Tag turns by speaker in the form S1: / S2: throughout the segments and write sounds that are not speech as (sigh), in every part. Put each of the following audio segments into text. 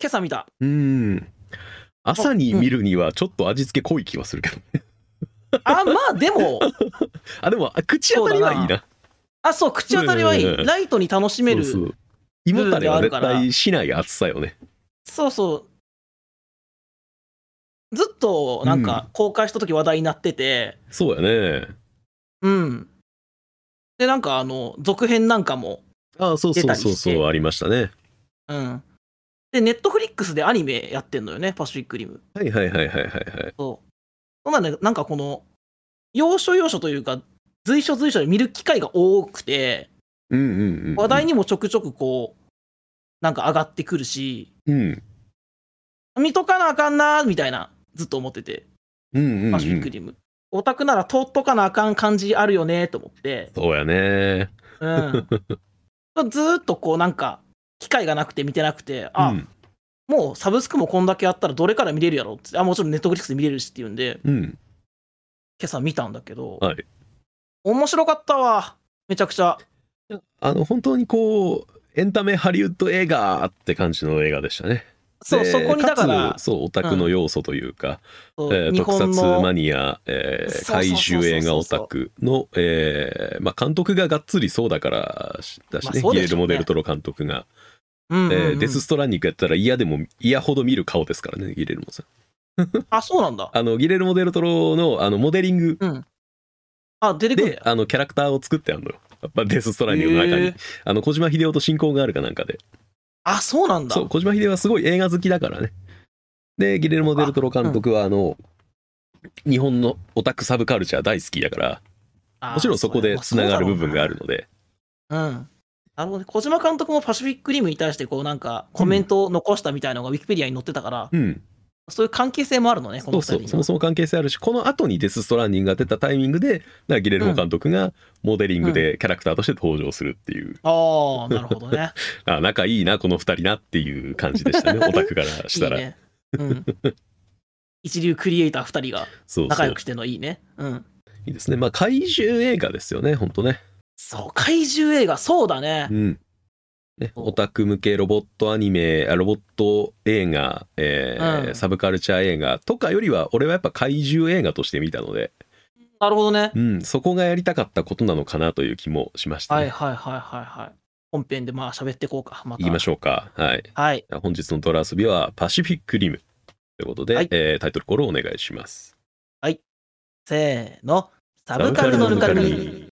S1: 今朝見た。
S2: うん。朝に見るにはちょっと味付け濃い気はするけどね。
S1: あ、まあでも、
S2: あ、でも、あ口当たりはいいな。
S1: あ、そう、口当たりはい
S2: うんうんう
S1: い。
S2: ん
S1: ライトに楽しめる。
S2: そ
S1: そうう
S2: そう胃もたれは
S1: ルールがある
S2: 絶
S1: から
S2: 対しない厚さよね。
S1: そうずっと、なんか、公開した時話題になってて、
S2: そうやね。
S1: うん。で、なんか、あの、続編なんかも、
S2: ああ、そうそう
S1: 出た
S2: そう
S1: りし
S2: そう、
S1: て
S2: ありましたね。
S1: うん。で、ネットフリックスでアニメやってんのよね、パシフィックリム。
S2: はいはいはいはいはいはい。
S1: そう。そうなんだけどなんかこの、要所要所というか、随所随所で見る機会が多くて、
S2: うんうんうんうん。
S1: 話題にもちょくちょくこう、なんか上がってくるし、
S2: うん。
S1: 見とかなあかんなーみたいな、ずっと思ってて、
S2: うんうん、う
S1: パシフィック
S2: ん。
S1: リム。オタクなら通っとかなあかん感じあるよねと思って、
S2: そうやね。 (laughs)
S1: うん。ずーっとこうなんか、機会がなくて見てなくて、あ、
S2: うん。
S1: もうサブスクもこんだけあったらどれから見れるやろっつって、あ、もちろんネットフリックスで見れるしっていうんで、
S2: うん。
S1: 今朝見たんだけど、
S2: はい
S1: 面白かったわ。めちゃくちゃ。
S2: あの、本当にこう、エンタメハリウッド映画って感じの映画でしたね。
S1: そう、
S2: で
S1: そこにだから
S2: つ、そう、オタクの要素というか、
S1: そう
S2: えー
S1: 日
S2: 特
S1: 本
S2: 撮マ
S1: の、
S2: ニア、えー
S1: そうそうそうそう
S2: 怪獣映画オタクの、えーまあ、監督ががっつりそうだからしだし
S1: まあ
S2: ね、
S1: そう
S2: ギ
S1: でしょうね
S2: レルモ・デルトロ監督が、
S1: うんうんうん
S2: えーデス・ストランニックやったら嫌でも嫌ほど見る顔ですからねギレルモさん
S1: あ、そうなんだ。
S2: あのギレルモ・デルトロのあのモデリング
S1: あ、出てくるんだ
S2: で
S1: よ。
S2: あのキャラクターを作ってあるのよやっぱデス・ストランニックの中に、
S1: へー
S2: あの小島秀夫と親交があるかなんかで
S1: あ、そうなんだ。
S2: そう小島秀夫はすごい映画好きだからねでギレルモ・デルトロ監督はあの、日本のオタクサブカルチャー大好きだから
S1: あ
S2: もちろんそこでつながる部分がある。ので
S1: まあそうだろうなうん。なるほどね。小島監督もパシフィックリムに対して、こう、なんか、コメントを残したみたいなのがウィキペディアに載ってたから、
S2: うん
S1: そういう関係性もあるのね、こ
S2: そ
S1: の
S2: う
S1: 二人
S2: そ
S1: に
S2: う
S1: は
S2: そもそも関係性あるしこの後にデス・ストランディングが出たタイミングでだからギレルモ監督がモデリングでキャラクターとして登場するっていう、
S1: ああ、なるほどね。
S2: あ仲いいなこの二人なっていう感じで
S1: (laughs)
S2: したねオタクから (laughs) したら
S1: いいね。うん。一流クリエイター二人が
S2: そうそ
S1: 仲
S2: う
S1: 良くしてるのはいいね。うん。
S2: いいですねまあ怪獣映画ですよねほんとね
S1: そう、怪獣映画、そうだね
S2: う。んね
S1: そう
S2: オタク向けロボットアニメあロボット映画、えー
S1: うん
S2: サブカルチャー映画とかよりは俺はやっぱ怪獣映画として見たので、
S1: なるほどね。
S2: うん、そこがやりたかったことなのかなという気もしました、ね
S1: はいはいはいはいはい。本編でまあ喋ってこうか。また。
S2: 言いましょうかはい
S1: はい。
S2: 本日のドラ遊びはパシフィックリムということで、
S1: はい
S2: えータイトルコールをお願いします。
S1: せーの。サブカルのルカルミ。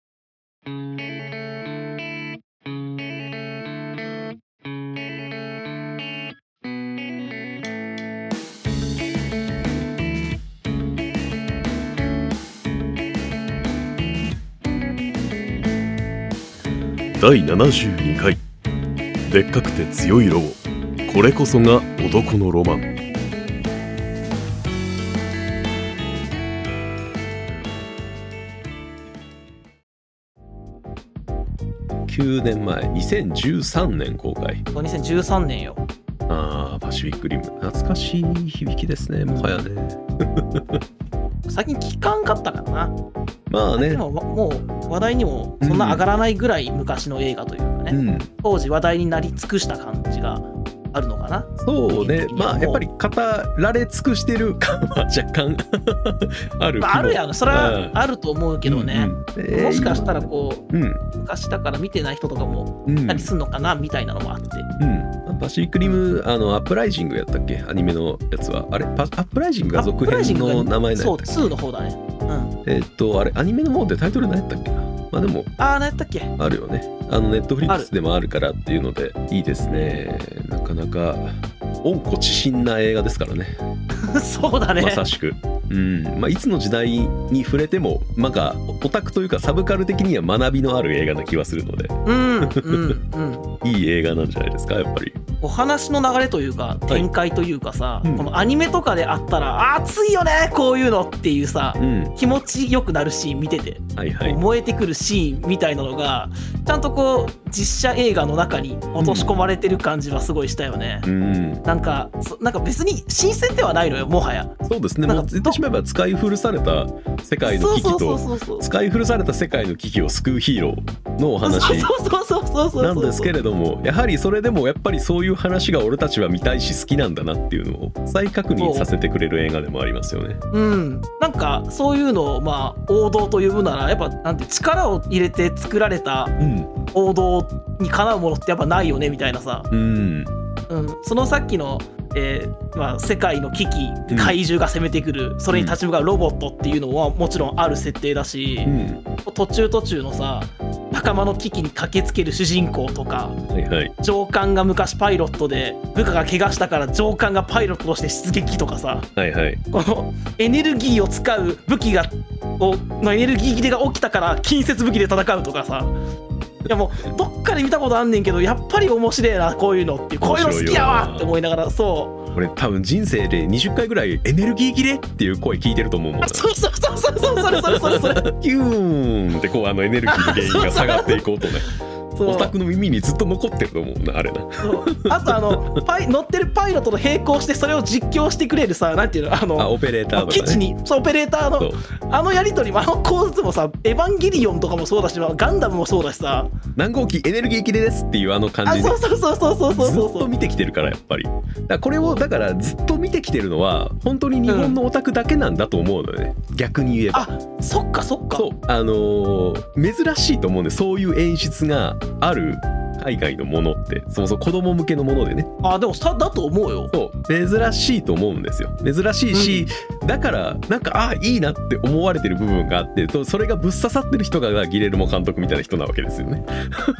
S2: 第72回でっかくて強いロボこれこそが男のロマン9年前2013年公開
S1: これ2013年よ。
S2: あーパシフィックリム懐かしい響きですねもはやね
S1: 最近聞かんかったからな。
S2: まあね
S1: でもわもう話題にもそんな上がらないぐらい昔の映画というかね。
S2: うん
S1: 当時話題になり尽くした感じがあるのかな。
S2: そうね
S1: うん
S2: まあやっぱり語られ尽くしてる感は若干 (laughs) ある
S1: まあ、あるやん。それは
S2: うん
S1: あると思うけどね。
S2: うんうん
S1: もしかしたらこ
S2: うん
S1: う、昔だから見てない人とかも
S2: うん、うん
S1: いたりすんのかなみたいなのもあって。
S2: まあパシフィックリムあのアップライジングやったっけアニメのやつはあれパアップライジングが続
S1: アップライジ
S2: 編
S1: ングが
S2: の名前なん
S1: そ
S2: や
S1: う、
S2: ったっけ
S1: 2の方だね。うん。
S2: えっとあれアニメの方でタイトル何やったっけなまあでも
S1: ああ、何やったっけ (laughs)
S2: あるよねあのネットフリックスでもあるからっていうのでいいですねなかなか温故知新な映画ですからね
S1: そうだね。
S2: まさしく、うんまあ、いつの時代に触れてもなんかオタクというかサブカル的には学びのある映画な気はするので
S1: うんうんうん、
S2: いい映画なんじゃないですかやっぱり
S1: お話の流れというか展開というかさ、
S2: うん
S1: このアニメとかであったら「あー熱いよねこういうの」っていうさ
S2: うん
S1: 気持ちよくなるシーン見てて、
S2: はいはい
S1: 燃えてくるシーンみたいなのがちゃんとこう実写映画の中に落とし込まれてる感じはすごいしたよね。
S2: うん、
S1: なんかそなんか別に新鮮ではないのよもはや。
S2: そうですね
S1: なんか
S2: もう言ってしまえば使い古された世界の危機
S1: そう
S2: と
S1: そうそうそう
S2: 使い古された世界の危機を救うヒーローのお話
S1: そうそうそうそうそうそう
S2: なんですけ
S1: ど
S2: れどもやはりそれでもやっぱりそういう話が俺たちは見たいし好きなんだなっていうのを再確認させてくれる映画でもありますよね。
S1: うんなんかそういうのをまあ王道と呼ぶならやっぱなんて力を入れて作られた
S2: うん、
S1: 王道にかなうものってやっぱないよねみたいなさ、
S2: うん、
S1: うん、そのさっきの、えーまあ、世界の危機
S2: うん
S1: 怪獣が攻めてくる、それに立ち向かうロボットっていうのはもちろんある設定だし、
S2: うん、
S1: 途中途中のさ仲間の危機に駆けつける主人公とか
S2: はいはい。
S1: 上官が昔パイロットで部下が怪我したから上官がパイロットとして出撃とかさ
S2: はいはい。
S1: このエネルギーを使う武器がをのエネルギー切れが起きたから近接武器で戦うとかさいやもうどっかで見たことあんねんけどやっぱり面白いなこういうのっていうこういうの好きやわって思いながらそう
S2: 俺多分人生で20回ぐらいエネルギー切れっていう声聞いてると思うもんな
S1: あ。そうそうそうそうそうそれそれそれそれ
S2: キューンってこうあのエネルギーの原因が下がっていこうとね。
S1: そう
S2: オ (laughs) タクの耳にずっと残ってると思うなあれな。
S1: そうあとあのパイ乗ってるパイロットと並行してそれを実況してくれるさなんていうのあ
S2: あ
S1: の
S2: オペレーターと
S1: 基
S2: か
S1: 地
S2: ね。
S1: にそうオペレーター
S2: そ
S1: の
S2: う
S1: あのやり取りもあの構図もさ「エヴァンゲリオン」とかもそうだしガンダムもそうだしさ
S2: 何号機エネルギー切れですっていうあの感
S1: あ
S2: じで
S1: そうそうそうそうそうそう
S2: ず
S1: そう
S2: っと見てきてるからやっぱりだからこれをだからずっと見てきてるのは本当に日本のオタクだけなんだと思うのよね、逆に言えば
S1: あそっかそっか
S2: そうあのー珍しいと思うんでそういう演出がある海外のものってそもそも子供向けのものでね
S1: あでもさだと思うよ
S2: そう珍しいと思うんですよ珍しいし、だからなんかああいいなって思われてる部分があってとそれがぶっ刺さってる人がギレルモ監督みたいな人なわけですよね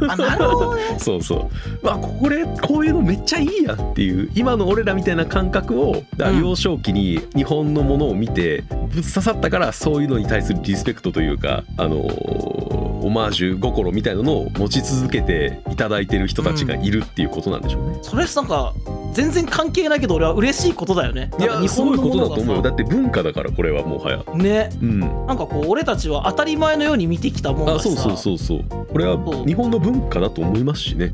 S1: あなるほどね
S2: そうそうわこれこういうのめっちゃいいやっていう今の俺らみたいな感覚をだ
S1: うん
S2: 幼少期に日本のものを見てぶっ刺さったからそういうのに対するリスペクトというかあのーオマージュ心みたいなのを持ち続けていただいてる人たちがいるっていうことなんでしょうね。
S1: (laughs) それなんか全然関係ないけど俺は嬉しいことだよね
S2: いや
S1: なんか
S2: すごい
S1: の
S2: こ
S1: も
S2: と
S1: の
S2: だ
S1: が
S2: と思うよ
S1: さ
S2: だって文化だからこれはもはや。
S1: ね
S2: うん、
S1: なんかこう俺たちは当たり前のように見てきたもんだ
S2: あ
S1: しさ
S2: そうそうそうそうこれは
S1: そう
S2: 日本の文化だと思いますしね。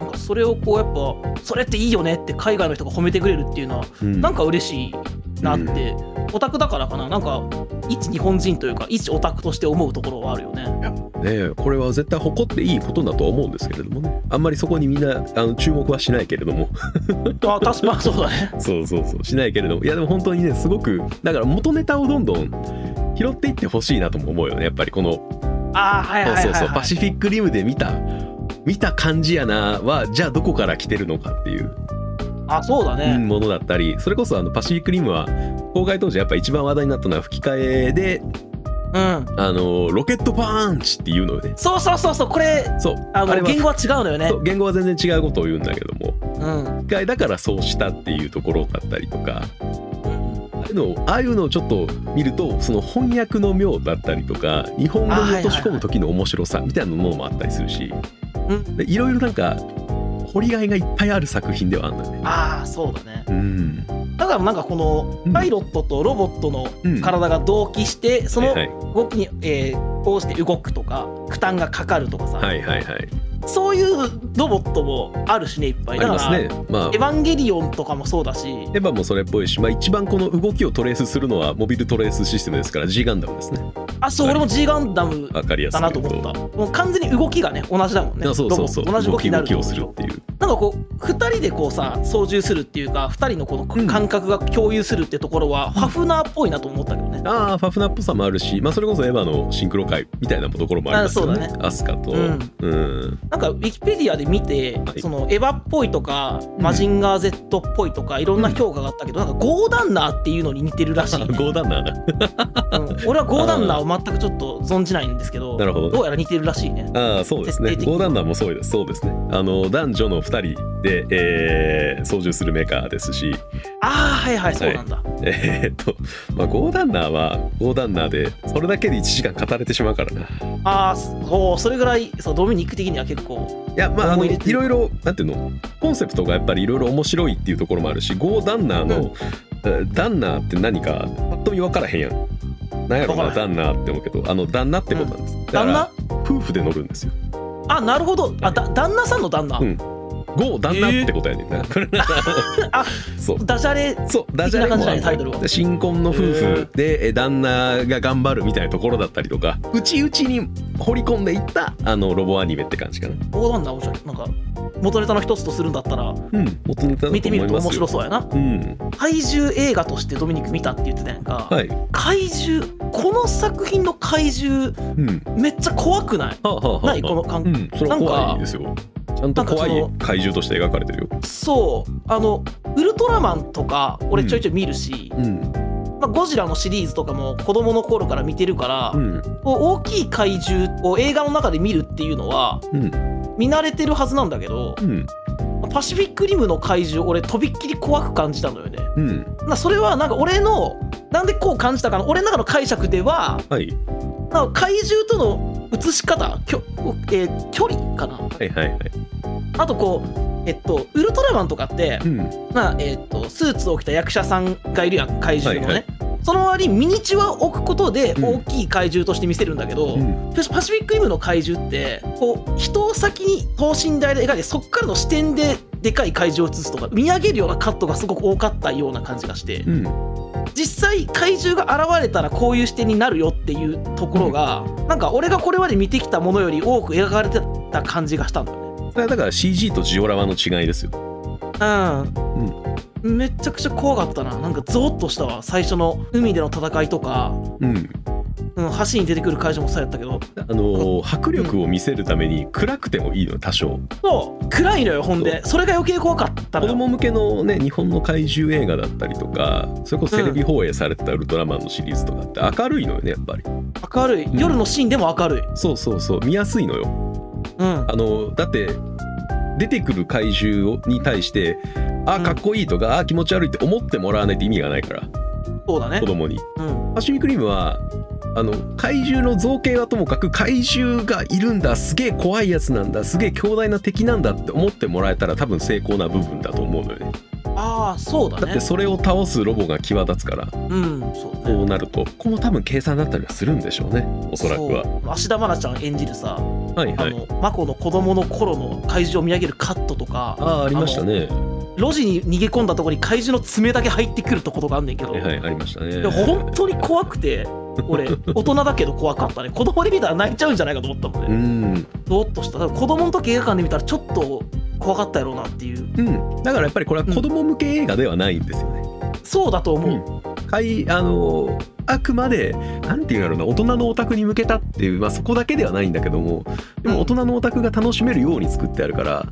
S1: なんかそれをこうやっぱそれっていいよねって海外の人が褒めてくれるっていうのは
S2: うん
S1: なんか嬉しいなって、オタクだからかななんか一日本人というか一オタクとして思うところはあるよね
S2: ねえこれは絶対誇っていいことだとは思うんですけれどもねあんまりそこにみんなあの注目はしないけれども
S1: (laughs) あ確かにそうだね
S2: そうそうそうしないけれどもいやでも本当にねすごくだから元ネタをどんどん拾っていってほしいなとも思うよねやっぱりこの
S1: ああはいはいはい、
S2: そう
S1: はい、
S2: そうそうパシフィックリムで見た見た感じやなはじゃあどこから来てるのかっていう
S1: あそうだ
S2: う
S1: ね
S2: んものだったりそれこそあのパシフィックリムは公開当時やっぱ一番話題になったのは吹き替えで
S1: うん、
S2: あのロケットパンチっていうのよね
S1: そうそうそうそうこれ
S2: そう
S1: あの
S2: あれは
S1: 言語は違うのよね
S2: そう言語は全然違うことを言うんだけども
S1: うん
S2: 一回だからそうしたっていうところだったりとかああいうのああいうのをちょっと見るとその翻訳の妙だったりとか日本語に落とし込む時の面白さみたいなものもあったりするし
S1: うん
S2: でいろいろなんか掘りがいがいっぱいある作品ではあるんだね。
S1: ああそうだね
S2: うん
S1: だからなんかこ
S2: うん
S1: のパイロットとロボットの
S2: うん
S1: 体が同期して、その
S2: はい
S1: 動きに、えー応じて動くとか負担がかかるとかさ、
S2: はいはいはい
S1: そういうロボットもあるしねいっぱ
S2: あ
S1: い
S2: り
S1: だか
S2: ま
S1: ら
S2: すね。まあ
S1: エヴァンゲリオンとかもそうだし、
S2: エヴァもそれっぽいし、まあ、一番この動きをトレースするのはモビルトレースシステムですから G ガンダムですね。
S1: あ、そう、
S2: はい
S1: 俺も G ガンダム
S2: わかりやす
S1: だ
S2: く言
S1: な
S2: う
S1: と
S2: と
S1: 思った。もう完全に動きがね、同じだもんね。
S2: あそうそうそう
S1: ロボット同じ動きにな
S2: 動
S1: る
S2: きをするっていう。
S1: なんかこう、2人でこうさ、操縦するっていうか、2人のこの
S2: うん
S1: 感覚が共有するってところは、ハフナーっぽいなと思ったけどね。
S2: ああ、ファフナっぽさもあるし、まあ、それこそエヴァのシンクロ界みたいなところもありますよね。
S1: あそう
S2: アスカと。う
S1: うんん。なんか、ウィキペディアで見て
S2: は、い
S1: そのエヴァっぽいとか、
S2: ん
S1: マジンガー Z っぽいとか、いろんな評価があったけど、なんかゴーダンナーっていうのに似てるらしい
S2: あ (laughs)
S1: ね、
S2: ゴーダンナーだ。
S1: うん俺はゴーダンナーを全くちょっと存じないんですけど、
S2: なるほど
S1: どうやら似てるらしいね。
S2: ああ、そうですね。
S1: 徹底的に
S2: ゴーダンナーもそうです。そうですね。あの、男女の2人で、えー操縦するメーカーですし、
S1: ああ、はいはい、そうなんだ。
S2: えーっと、まあ、ゴーダンナーはゴーダンナーで、それだけで1時間語れてしまうからな。い
S1: ああそうそれぐらいそうドミニク的には結構
S2: や、まあ、あの、
S1: 思い
S2: い
S1: 入れてる
S2: ろいろ、なんていうの、コンセプトがやっぱりいろいろ面白いっていうところもあるし、ゴーダンナーの、えーダンナーって何か、ぱっと見分からへんやん。なんやろな、
S1: わか
S2: ダンナーって思うけど、あの、旦那ってことなんです。だから
S1: 旦那
S2: 夫婦で乗るんですよ。
S1: あなるほどあだ旦那さんの旦那、
S2: うんゴー旦那ってことやねんな、これな (laughs)
S1: あ
S2: そう
S1: ダジャレ
S2: そうダジャレも
S1: 的な
S2: あ
S1: 感じなんやタイトル
S2: る
S1: は
S2: の新婚の夫婦でえ旦那が頑張るみたいなところだったりとかうちうちに掘り込んでいったあのロボアニメって感じかな
S1: 横断だ面白いなんか元ネタの一つとするんだったら
S2: うん元ネタだと思いますよ
S1: 見てみると面白そうやな
S2: うん
S1: 怪獣映画としてドミニク見たって言ってたやんか、
S2: はい
S1: 怪獣この作品の怪獣
S2: うん
S1: めっちゃ怖くない
S2: はあは (laughs) あはあ
S1: ないこの感
S2: う
S1: 覚
S2: んそれは
S1: なん
S2: 怖
S1: か
S2: いですよちゃんと怖い
S1: なんかその
S2: 怪獣として描かれてるよ
S1: そうあのウルトラマンとか俺ちょいちょい見るし、
S2: うん
S1: まあ、ゴジラのシリーズとかも子供の頃から見てるから、
S2: うん
S1: こう大きい怪獣を映画の中で見るっていうのは
S2: うん
S1: 見慣れてるはずなんだけど
S2: うん
S1: パシフィックリムの怪獣俺とびっきり怖く感じたのよね
S2: うん
S1: なそれはなんか俺のなんでこう感じたかの俺の中の解釈では
S2: はい
S1: なんか怪獣との映し方きょ、えー距離かな
S2: はいはいはい
S1: あとこうえっとウルトラマンとかって
S2: う、ん
S1: まあえっとスーツを着た役者さんがいるやん怪獣のね、
S2: はい
S1: その割にミニチュアを置くことで
S2: うん
S1: 大きい怪獣として見せるんだけど、
S2: うん
S1: パシパシフィックリムの怪獣ってこう人を先に等身大で描いてそっからの視点ででかい怪獣を映すとか見上げるようなカットがすごく多かったような感じがして
S2: うん
S1: 実際怪獣が現れたらこういう視点になるよっていうところがなんか俺がこれまで見てきたものより多く描かれてた感じがしたんだよね。
S2: だから CG とジオラマの違いですよ
S1: うん、めちゃくちゃ怖かったななんかゾーッとしたわ最初の海での戦いとか、
S2: うん
S1: うん、橋に出てくる怪獣もそうやったけど
S2: あのー迫力を見せるために暗くてもいいの多少
S1: そう暗いのよほんでそれが余計怖かった
S2: 子
S1: のよ
S2: 供向けのね日本の怪獣映画だったりとかそれこそテレビ放映されてたウルトラマンのシリーズとかって明るいのよねやっぱり
S1: 明るい
S2: ん
S1: 夜のシーンでも明るい、
S2: そうそうそう見やすいのよ
S1: うん、
S2: あのだって出てくる怪獣に対してあ
S1: うん
S2: かっこいいとか、あ気持ち悪いって思ってもらわないと意味がないから
S1: そうだね
S2: 子、供に
S1: うん、
S2: パシミクリームはあの怪獣の造形はともかく怪獣がいるんだすげえ怖いやつなんだすげえ強大な敵なんだって思ってもらえたら多分成功な部分だと思うのよね
S1: ああそうだ
S2: だっ
S1: ね
S2: てそれを倒すロボが際立つから
S1: うんそうだね
S2: こうなるとここも多分計算だったりはするんでしょうねおそらくは
S1: そう芦田愛菜ちゃん演じるさ、
S2: はい
S1: あ
S2: はい
S1: のマコの子供の頃の怪獣を見上げるカットとか
S2: ああありましたね
S1: 路地に逃げ込んだとこに怪獣の爪だけ入ってくるとことがあんねんけど、
S2: はいはいありましたね
S1: でも本当に怖くて
S2: (laughs)
S1: 俺大人だけど怖かったね子供で見たら泣いちゃうんじゃないかと思ったもん
S2: う
S1: ね
S2: ん
S1: どーっとした多分子供の時映画館で見たらちょっと怖かったやろうなっていう
S2: うんだからやっぱりこれは子供向け映画ではないんですよね、
S1: そうだと思う、
S2: はい、あのあくまでなんていうんだろうな大人のオタクに向けたっていう、まあ、そこだけではないんだけどもで
S1: うん
S2: も大人のオタクが楽しめるように作ってあるから、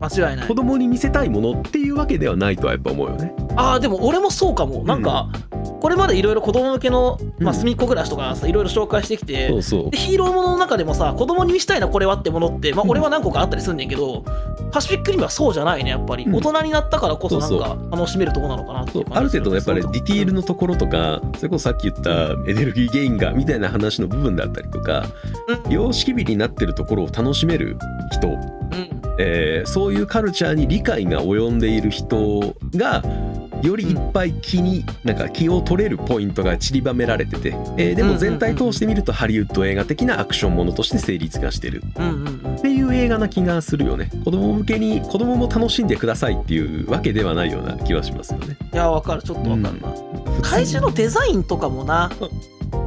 S1: 間違いない
S2: 子供に見せたいものっていうわけではないとはやっぱ思うよね。
S1: あーでも俺もそうかもなんか、これまでいろいろ子供向けの、まあ、
S2: うん
S1: 隅っこ暮らしとかさいろいろ紹介してきて、
S2: そうそう
S1: でヒーローものの中でもさ子供に見したいなこれはってものって、まあ、
S2: うん
S1: 俺は何個かあったりすんねんけど、パシフィックリムはそうじゃないねやっぱり、
S2: うん
S1: 大人になったからこそなん
S2: そうそ
S1: か楽しめるとこなのかなって
S2: そ
S1: いうう感
S2: ある
S1: じ
S2: 程度やっぱりディティール
S1: の
S2: のところとかそれこそさっき言ったエネルギーゲインがみたいな話の部分だったりとか様式美になってるところを楽しめる人えーそういうカルチャーに理解が及んでいる人がよりいっぱい気に、なんか気を取れるポイントが散りばめられてて、えーで
S1: うんうんうん
S2: も全体通して見るとハリウッド映画的なアクションものとして成立がしてる
S1: うんうんうんうん
S2: っていう映画な気がするよね子供向けに子供も楽しんでくださいっていうわけではないような気はしますよね
S1: いやわかるちょっとわかるな、
S2: 普通
S1: 怪獣のデザインとかもな、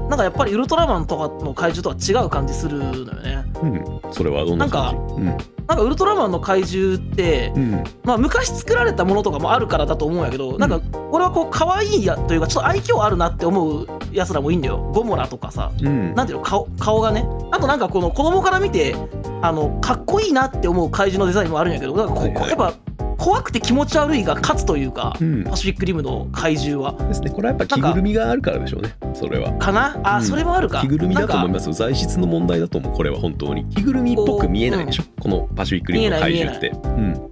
S1: なんかやっぱりウルトラマンとかの怪獣とは違う感じするのよね
S2: うんそれはどんな感じ
S1: なんかウルトラマンの怪獣って
S2: うんうん
S1: まあ、昔作られたものとかもあるからだと思うんやけど、
S2: ん
S1: なんか俺はこう可愛いやというかちょっと愛嬌あるなって思うやつらもいいんだよゴモラとかさ
S2: うん
S1: なんていうの顔顔がねあとなんかこの子供から見てあのかっこいいなって思う怪獣のデザインもあるんやけどなんかこ
S2: はいはい
S1: やっぱ怖くて気持ち悪いが勝つというか、
S2: うん
S1: パシフィックリムの怪獣は
S2: ですねこれはやっぱ着ぐるみがあるからでしょうねそれは
S1: かなあ、
S2: うん
S1: それもあるか
S2: 着ぐるみだと思い
S1: なんか
S2: ますよ材質の問題だと思うこれは本当に着ぐるみっぽく見えないでしょこのパシフィックリムの怪獣って、う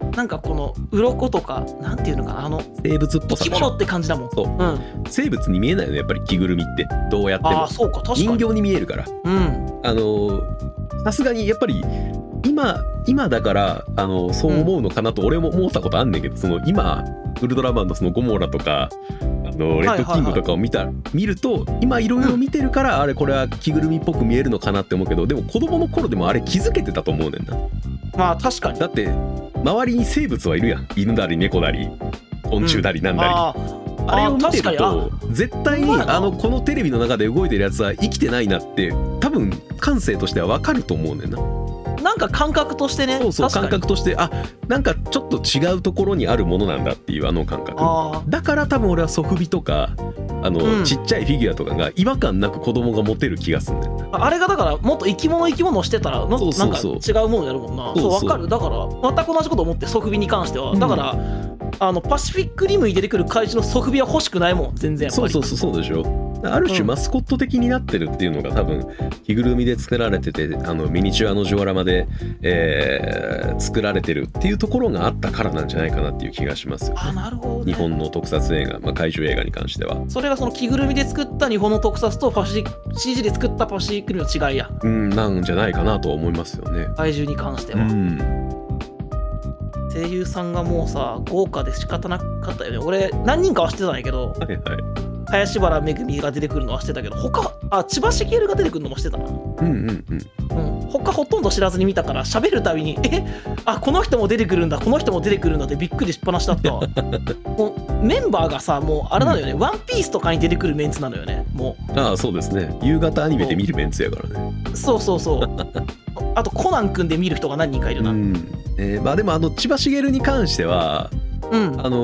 S2: ん、
S1: なんかこの鱗とかなんていうのかなあの
S2: 生物っ
S1: 生
S2: ぽさ
S1: き
S2: でし
S1: 物
S2: ょ
S1: って感じだもん、
S2: そうん生物に見えないよねやっぱり着ぐるみってどうやって
S1: ああ
S2: も
S1: そうか確か
S2: 人
S1: に
S2: 形に見えるから
S1: うん
S2: あのーさすがにやっぱり今今だからあのーそう思うのかなと俺も思ったことあんねんけど、その今ウルトラマンのそのゴモラとかあのーレ
S1: はいはいはい
S2: ッドキングとかを見た、見ると今いろいろ見てるから、あれこれは着ぐるみっぽく見えるのかなって思うけどでも子供の頃でもあれ気づけてたと思うねんな
S1: まあ確かに
S2: だって周りに生物はいるやん犬なり猫なり昆虫なりなんなり、
S1: あ
S2: あれを見てる
S1: あ
S2: と絶対に
S1: ほんまやな
S2: あのこのテレビの中で動いてるやつは生きてないなって多分感性としては分かると思うねんな
S1: ーなんか感覚としてね
S2: そうそう
S1: 確
S2: 感
S1: かに
S2: 覚としてあなんかちょっと違うところにあるものなんだっていうあの感覚
S1: あ
S2: だから多分俺はソフビとかあの、
S1: うん
S2: ちっちゃいフィギュアとかが違和感なく子供が持てる気がするんだよね
S1: ーあれがだからもっと生き物生き物をしてたらの
S2: そうそうそう
S1: なんか違うものやるもんな
S2: そうそう
S1: そうわかるだから全く同じこと思ってソフビに関しては、
S2: うん
S1: だからあのパシフィックリムに出てくる怪獣のソフビは欲しくないもん全然やっぱ
S2: そう
S1: り
S2: そうそうそうでしょある種
S1: うん
S2: マスコット的になってるっていうのが多分着ぐるみで作られててあのミニチュアのジオラマで、えー作られてるっていうところがあったからなんじゃないかなっていう気がしますよ
S1: あなるほど、ね、
S2: 日本の特撮映画、まあ、怪獣映画に関しては
S1: それがその着ぐるみで作った日本の特撮とパシ CG で作ったパシフィックリムの違いや
S2: うんなんじゃないかなとは思いますよね
S1: 怪獣に関して
S2: う
S1: は、
S2: ん
S1: 声優さんがもうさ豪華で仕方なかったよね俺何人かは知ってたんやけど
S2: はいはい
S1: 林原めぐみが出てくるのは知ってたけど他あ千葉茂が出てくるのも知ってたな
S2: うんうんうん
S1: うん他ほとんど知らずに見たから喋るたびに「えあこの人も出てくるんだこの人も出てくるんだ」ってびっくりしっぱなしだ
S2: (laughs)
S1: ったわもうメンバーがさもうあれなのよね、ワンピースとかに出てくるメンツなのよねも
S2: ああそうですね夕方アニメで見るメンツやからね
S1: うそうそうそう
S2: (laughs)
S1: あとコナン君で見る人が何人かいるな、
S2: うんえーまあでもあの千葉茂に関しては
S1: うん
S2: あの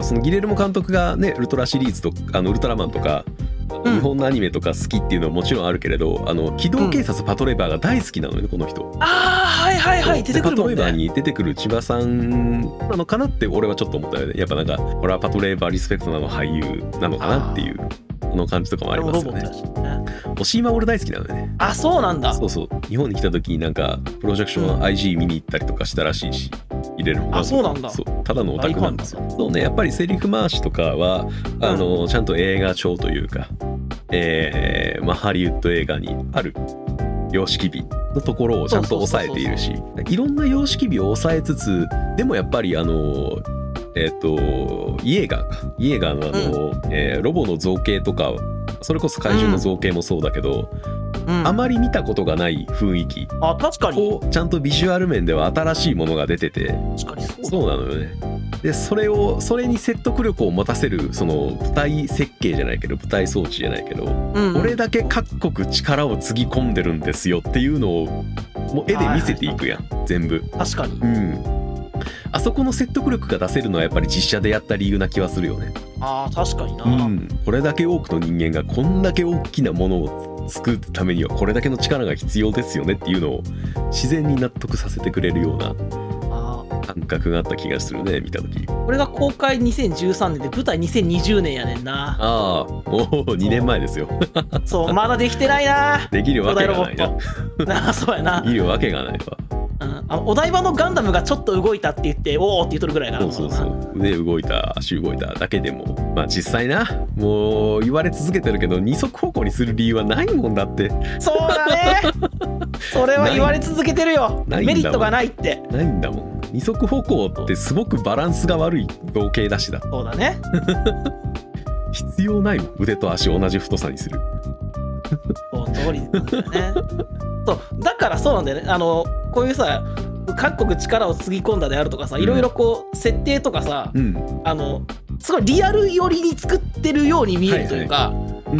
S2: ーそのギレルモ監督がねウルトラシリーズとかあのウルトラマンとか、
S1: うん
S2: 日本のアニメとか好きっていうのはもちろんあるけれどあの機動警察パトレーバーが大好きなのよねこの人、
S1: ああはいはいはい出
S2: そう
S1: てくるもん
S2: でパトレーバー
S1: ね
S2: に出てくる千葉さんなのかなって俺はちょっと思ったよねやっぱなんか俺はパトレーバーリスペクトなの俳優なのかなっていうこの感じとかもありますよ
S1: ロ
S2: ね
S1: ボットだしね
S2: 押し今俺大好きなのよね
S1: あそうなんだ
S2: そうそう日本に来た時になんかプロジェクション
S1: うん
S2: IG 見に行ったりとかしたらしいし入れるのが
S1: あそうなんだ
S2: そうただのオタクなんです
S1: 大
S2: よそうねやっぱりセリフ回しとかはあの、ちゃんと映画調というか、えーまあ、ハリウッド映画にある様式美のところをちゃんと抑えているしいろんな様式美を抑えつつでもやっぱりあのえっ、とイエーガーかイエーガーのあの、えーロボの造形とかそれこそ怪獣の造形もそうだけど、
S1: うん
S2: あまり見たことがない雰囲気
S1: あ確かに
S2: をちゃんとビジュアル面では新しいものが出てて
S1: 確かにそう
S2: そうなのよねでそれをそれに説得力を持たせるその舞台設計じゃないけど舞台装置じゃないけど
S1: うんうん
S2: これだけ各国力をつぎ込んでるんですよっていうのをもう絵で見せていくやん全部
S1: 確かに
S2: うんあそこの説得力が出せるのはやっぱり実写でやった理由な気はするよね
S1: あー確かにな、
S2: うん、これだけ多くの人間がこんだけ大きなものを作るためにはこれだけの力が必要ですよねっていうのを自然に納得させてくれるような
S1: あー
S2: 感覚があった気がするね見た時
S1: これが公開2013年で舞台2020年やねんな
S2: ああもう2年前ですよ (laughs)
S1: そうまだできてないな
S2: できるわけがないな
S1: 巨なあ (laughs) そうやな
S2: でき、るわけがないわ
S1: うん、あのお台場のガンダムがちょっと動いたって言っておおって言っとるぐ (laughs) らいかな
S2: そうそうそう腕動いた足動いただけでもまあ実際なもう言われ続けてるけど二足歩行にする理由はないもんだって
S1: そう
S2: (laughs)
S1: だねそれは言われ続けてるよ
S2: ないんだもん
S1: メリットがないって
S2: ないんだもん二足歩行ってすごくバランスが悪い合計だしだ
S1: そうだね
S2: 必要ないもん腕と足を同じ太さにする
S1: その通りなんだよ
S2: (laughs)
S1: ね。そうだからそうなんだよねあのこういうさ各国力をつぎ込んだであるとかさ
S2: うん
S1: いろいろこう設定とかさ、
S2: うん
S1: あのすごいリアル寄りに作ってるように見えるというか、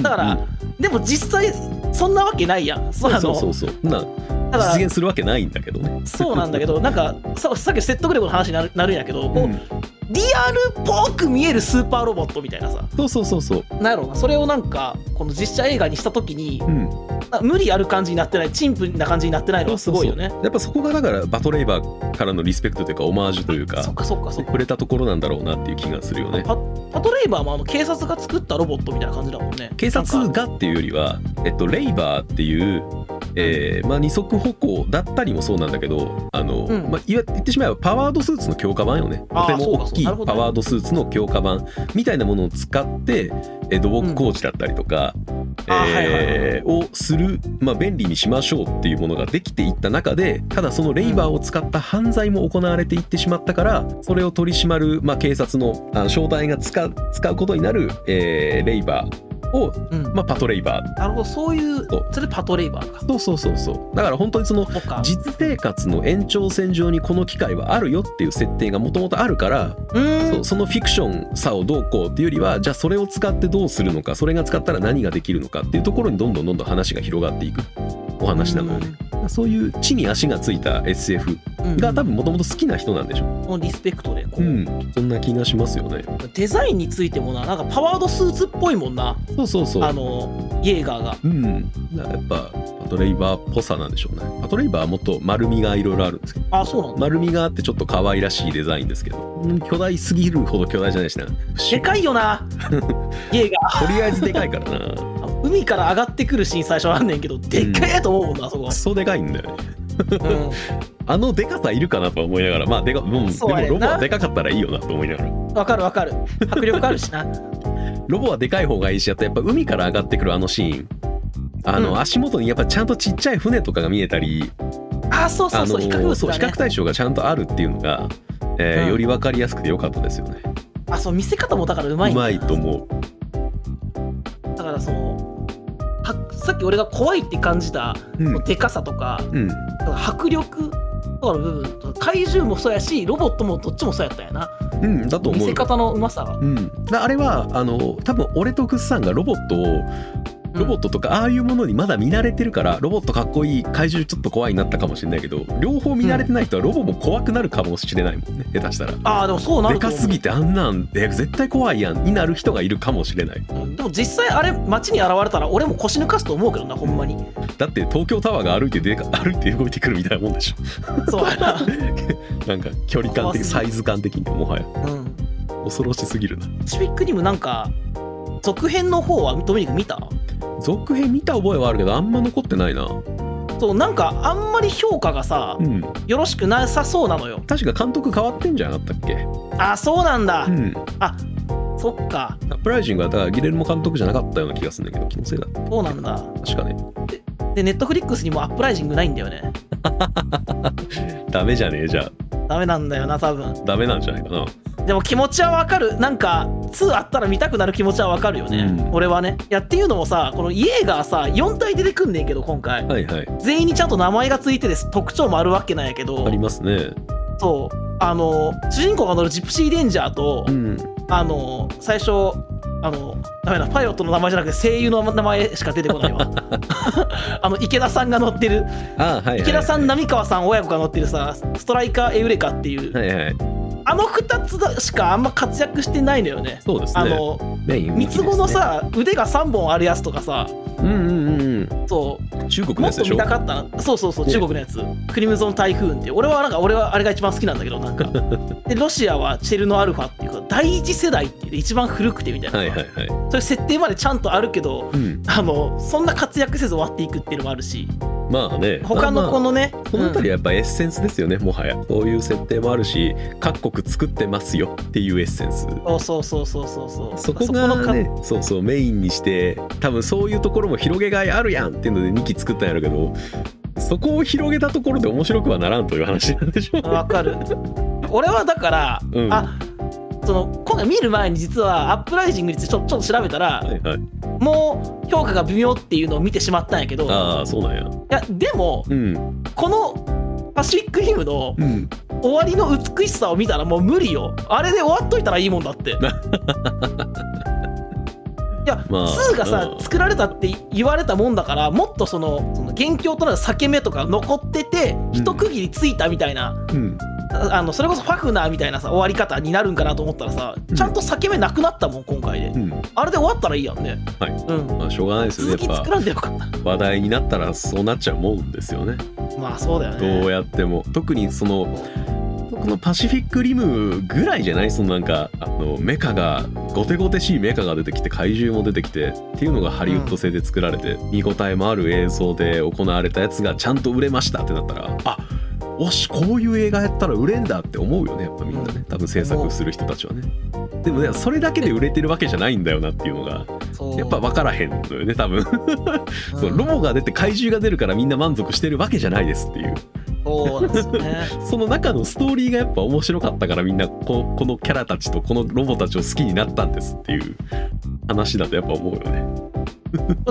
S1: だから、でも実際そんなわけないやん。そう
S2: うん
S1: あ
S2: そ
S1: の
S2: うそうそうそんな
S1: ただ
S2: 実現するわけないんだけどね
S1: そうなんだけどなんかささっきの説得力の話になるなるんやけど、こう
S2: うん
S1: リアルっぽく見えるスーパーロボットみたいなさ
S2: そうそうそうそう
S1: なんやろうなそれをなんかこの実写映画にした時に
S2: うん
S1: な無理ある感じになってない陳腐な感じになってないのがすごいよね
S2: そうそうそうやっぱそこがだからバトレイバーからのリスペクトというかオマージュという
S1: そっ
S2: か
S1: かそっかそっか
S2: 触れたところなんだろうなっていう気がするよね
S1: パパトレイバーもあの警察が作ったロボットみたいな感じだもんね
S2: 警
S1: な
S2: 察
S1: んか
S2: がっていうよりは、えっと、レイバーっていう、えーまあ、二足歩行だったりもそうなんだけどあの、
S1: うん
S2: まあ、いわ言ってしまえばパワードスーツの強化版よね
S1: あ
S2: と
S1: ー
S2: ても大きい
S1: そうかそ
S2: パ
S1: うなるほどね
S2: ワードスーツの強化版みたいなものを使って、えー土木工事だったりとか、
S1: あー
S2: えーをする、まあ、便利にしましょうっていうものができていった中でただそのレイバーを使った犯罪も行われていってしまったからそれを取り締まる、まあ、警察のあの正体が使う使うことになる、えーレイバーを、
S1: うん
S2: まあ、パトレイバー
S1: なるほどそういう
S2: そう
S1: それパトレイバーか
S2: そうそうそうそうだから本当にその
S1: そっか
S2: 実生活の延長線上にこの機会はあるよっていう設定がもともとあるから、
S1: うーん
S2: そうそのフィクションさをどうこうっていうよりはじゃあそれを使ってどうするのかそれが使ったら何ができるのかっていうところにどんどんどんどん話が広がっていくお話なのよね。そういう地に足がついた SF
S1: うん
S2: が多分もともと好きな人なんでしょ
S1: このリスペクトでこう、
S2: う、ん、そんな気がしますよね。
S1: デザインについてもななんかパワードスーツっぽいもんな
S2: そうそうそう
S1: あのイエーガーが
S2: うん、だからやっぱパトレイバーっぽさなんでしょうねパトレイバーはもっと丸みがいろいろあるんですけど
S1: あそうなんだ
S2: 丸みがあってちょっと可愛らしいデザインですけどうん巨大すぎるほど巨大じゃないしな
S1: でかいよなイエーガ
S2: とりあえずでかいから (laughs) な
S1: ー海から上がってくるシーン最初あんねんけどでっかいやと思うもんな、そこ
S2: ク、ソでかいんだよね
S1: うん
S2: あのでかさいるかなとは思いながらまあでかもうで
S1: そう
S2: も
S1: やな
S2: ロボはでかかったらいいよなと思いながら
S1: わかるわかる迫力あるしな
S2: ロボはでかい方がいいしあとやっぱ海から上がってくるあのシーンあの、
S1: うん
S2: 足元にやっぱちゃんとちっちゃい船とかが見えたり
S1: あそうそ
S2: あ
S1: うそ
S2: の
S1: う比較物
S2: そう
S1: だ
S2: 比
S1: ね
S2: 較対象がちゃんとあるっていうのが、えー
S1: うん
S2: より分かりやすくて良かったですよね。
S1: あそう見せ方もだからうまいん
S2: う
S1: だ
S2: まいと思う。
S1: だからそのはさっき俺が怖いって感じた、
S2: うん
S1: でかさとか
S2: うん、
S1: 迫力とかの部分と怪獣もそうやしロボットもどっちもそうやったんやな
S2: うん、だと
S1: 見
S2: 思
S1: せ
S2: うよ。
S1: 方のうまさが
S2: うん、だあれはあの多分俺とグッさんがロボットをロボットとかああいうものにまだ見慣れてるからロボットかっこいい怪獣ちょっと怖いになったかもしれないけど両方見慣れてない人はロボも怖くなるかもしれないもんね下手したら。
S1: ああでもそうな
S2: で
S1: ると
S2: か
S1: 思う
S2: すぎてあんなんで絶対怖いやんになる人がいるかもしれない
S1: うんでも実際あれ街に現れたら俺も腰抜かすと思うけどなほんまに
S2: だって東京タワーが歩いてでか歩いて動いてくるみたいなもんでしょ (laughs)
S1: そうやな
S2: なんか距離感
S1: 怖すぎる
S2: 的サイズ感的にもはや
S1: うん
S2: 恐ろしすぎるな
S1: シビックにもなんか続編の方はドミニク見た
S2: 続編見た覚えはあるけどあんま残ってないな
S1: そうなんかあんまり評価がさ
S2: うん
S1: よろしくなさそうなのよ
S2: 確か監督変わってんじゃなかったっけ
S1: あそうなんだ、
S2: うん
S1: あそっか
S2: アップライジングはだからギレルモ監督じゃなかったような気がするんだけど気のせいだ
S1: そうなんだ
S2: 確かね
S1: でネットフリックスにもアップライジングないんだよね
S2: ダメじゃねえじゃあ
S1: ダメなんだよな多分
S2: ダメなんじゃないかな
S1: でも気持ちはわかるなんか2あったら見たくなる気持ちはわかるよね、
S2: うん
S1: 俺はねいやっていうのもさこのイエーガーさ4体出てくんねんけど今回
S2: はいはい
S1: 全員にちゃんと名前がついてです特徴もあるわけなんやけ
S2: あ
S1: ど
S2: りますね
S1: そうあの主人公が乗るジプシーレンジャーと、
S2: うん
S1: あの最初あのダメだパイロットの名前じゃなくて声優の名前しか出てこない
S2: (laughs)
S1: わあの池田さんが乗ってる
S2: ああはいはいはい
S1: 池田さん
S2: は
S1: 浪川さん親子が乗ってるさストライカーエウレカっていう、
S2: いはい
S1: あの2つしかあんま活躍してないのよね
S2: そうです
S1: あ
S2: ね
S1: の
S2: メイン
S1: 三つ子のさ腕が3本あるやつとかさ
S2: うんうんうん
S1: そう
S2: うん中国の
S1: も
S2: や
S1: っ
S2: つで
S1: と
S2: しょ
S1: 見たかったなそうそうそう
S2: ね
S1: 中国のやつクリムゾン台風っていう俺はなんか俺はあれが一番好きなんだけどなんか
S2: (laughs)
S1: でロシアはチェルノアルファっていうか第一世代っていう一番古くてみたいな、
S2: はいはいはい
S1: そういう設定までちゃんとあるけど
S2: うん
S1: あのそんな活躍せず終わっていくっていうのもあるし
S2: まあね
S1: 他
S2: まあま
S1: の
S2: あ
S1: このね、
S2: この
S1: うん
S2: 辺りはやっぱエッセンスですよね、もはやそういう設定もあるし各国作ってますよっていうエッセンス
S1: そうそうそうそうそう
S2: そこ
S1: の
S2: が
S1: か
S2: ねそうそうメインにして多分そういうところも広げがいあるやんっていうので2期作ったんやろうけどそこを広げたところで面白くはならんという話なんでしょう
S1: わかる俺はだから、
S2: うん
S1: あその今回見る前に実はアップライジングについてちょちょっと調べたら
S2: はいはい
S1: もう評価が微妙っていうのを見てしまったんやけど
S2: ああそうなんや
S1: いやでも
S2: うん
S1: このパシフィックリムの
S2: うん
S1: 終わりの美しさを見たらもう無理よあれで終わっといたらいいもんだっていや、
S2: まあ
S1: 2がさ
S2: うん
S1: 作られたって言われたもんだからもっとそのその元凶となる裂け目とか残ってて一区切りついたみたいな、
S2: うん
S1: ああのそれこそファフナーみたいなさ終わり方になるんかなと思ったらさ
S2: うん
S1: ちゃんと裂け目なくなったもん今回で
S2: うん
S1: あれで終わったらいいやんね、
S2: はい
S1: うん、
S2: まあしょうがないですよ
S1: 続
S2: ね
S1: き
S2: やっ
S1: 作らんでよかっ
S2: ぱ話題になったらそうなっちゃうもんですよね
S1: たまあそうだよね
S2: どうやっても特にそのこのパシフィックリムぐらいじゃないそのなんかあのメカがゴテゴテしいメカが出てきて怪獣も出てきてっていうのがハリウッド製で作られて、見応えもある映像で行われたやつがちゃんと売れましたってなったらあおしこういう映画やったら売れんだって思うよねやっぱみんなね多分制作する人たちはねでもねそれだけで売れてるわけじゃないんだよなっていうのが
S1: そう
S2: やっぱ分からへんのよね多分
S1: うん
S2: そうロボが出て怪獣が出るからみんな満足してるわけじゃないですっていう
S1: そうなんですよね
S2: その中のストーリーがやっぱ面白かったからみんなここのキャラたちとこのロボたちを好きになったんですっていう話だとやっぱ思うよね。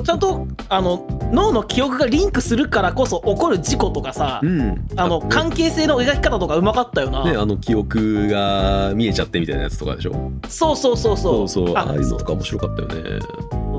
S1: ちゃんとあの脳の記憶がリンクするからこそ起こる事故とかさ、
S2: うん、
S1: あの
S2: ね
S1: 関係性の描き方とかうまかったよな、
S2: ね、あの記憶が見えちゃってみたいなやつとかでしょ
S1: そうそうそうそ
S2: そう
S1: う
S2: そうあ
S1: あ
S2: あいうのとか面白かったよね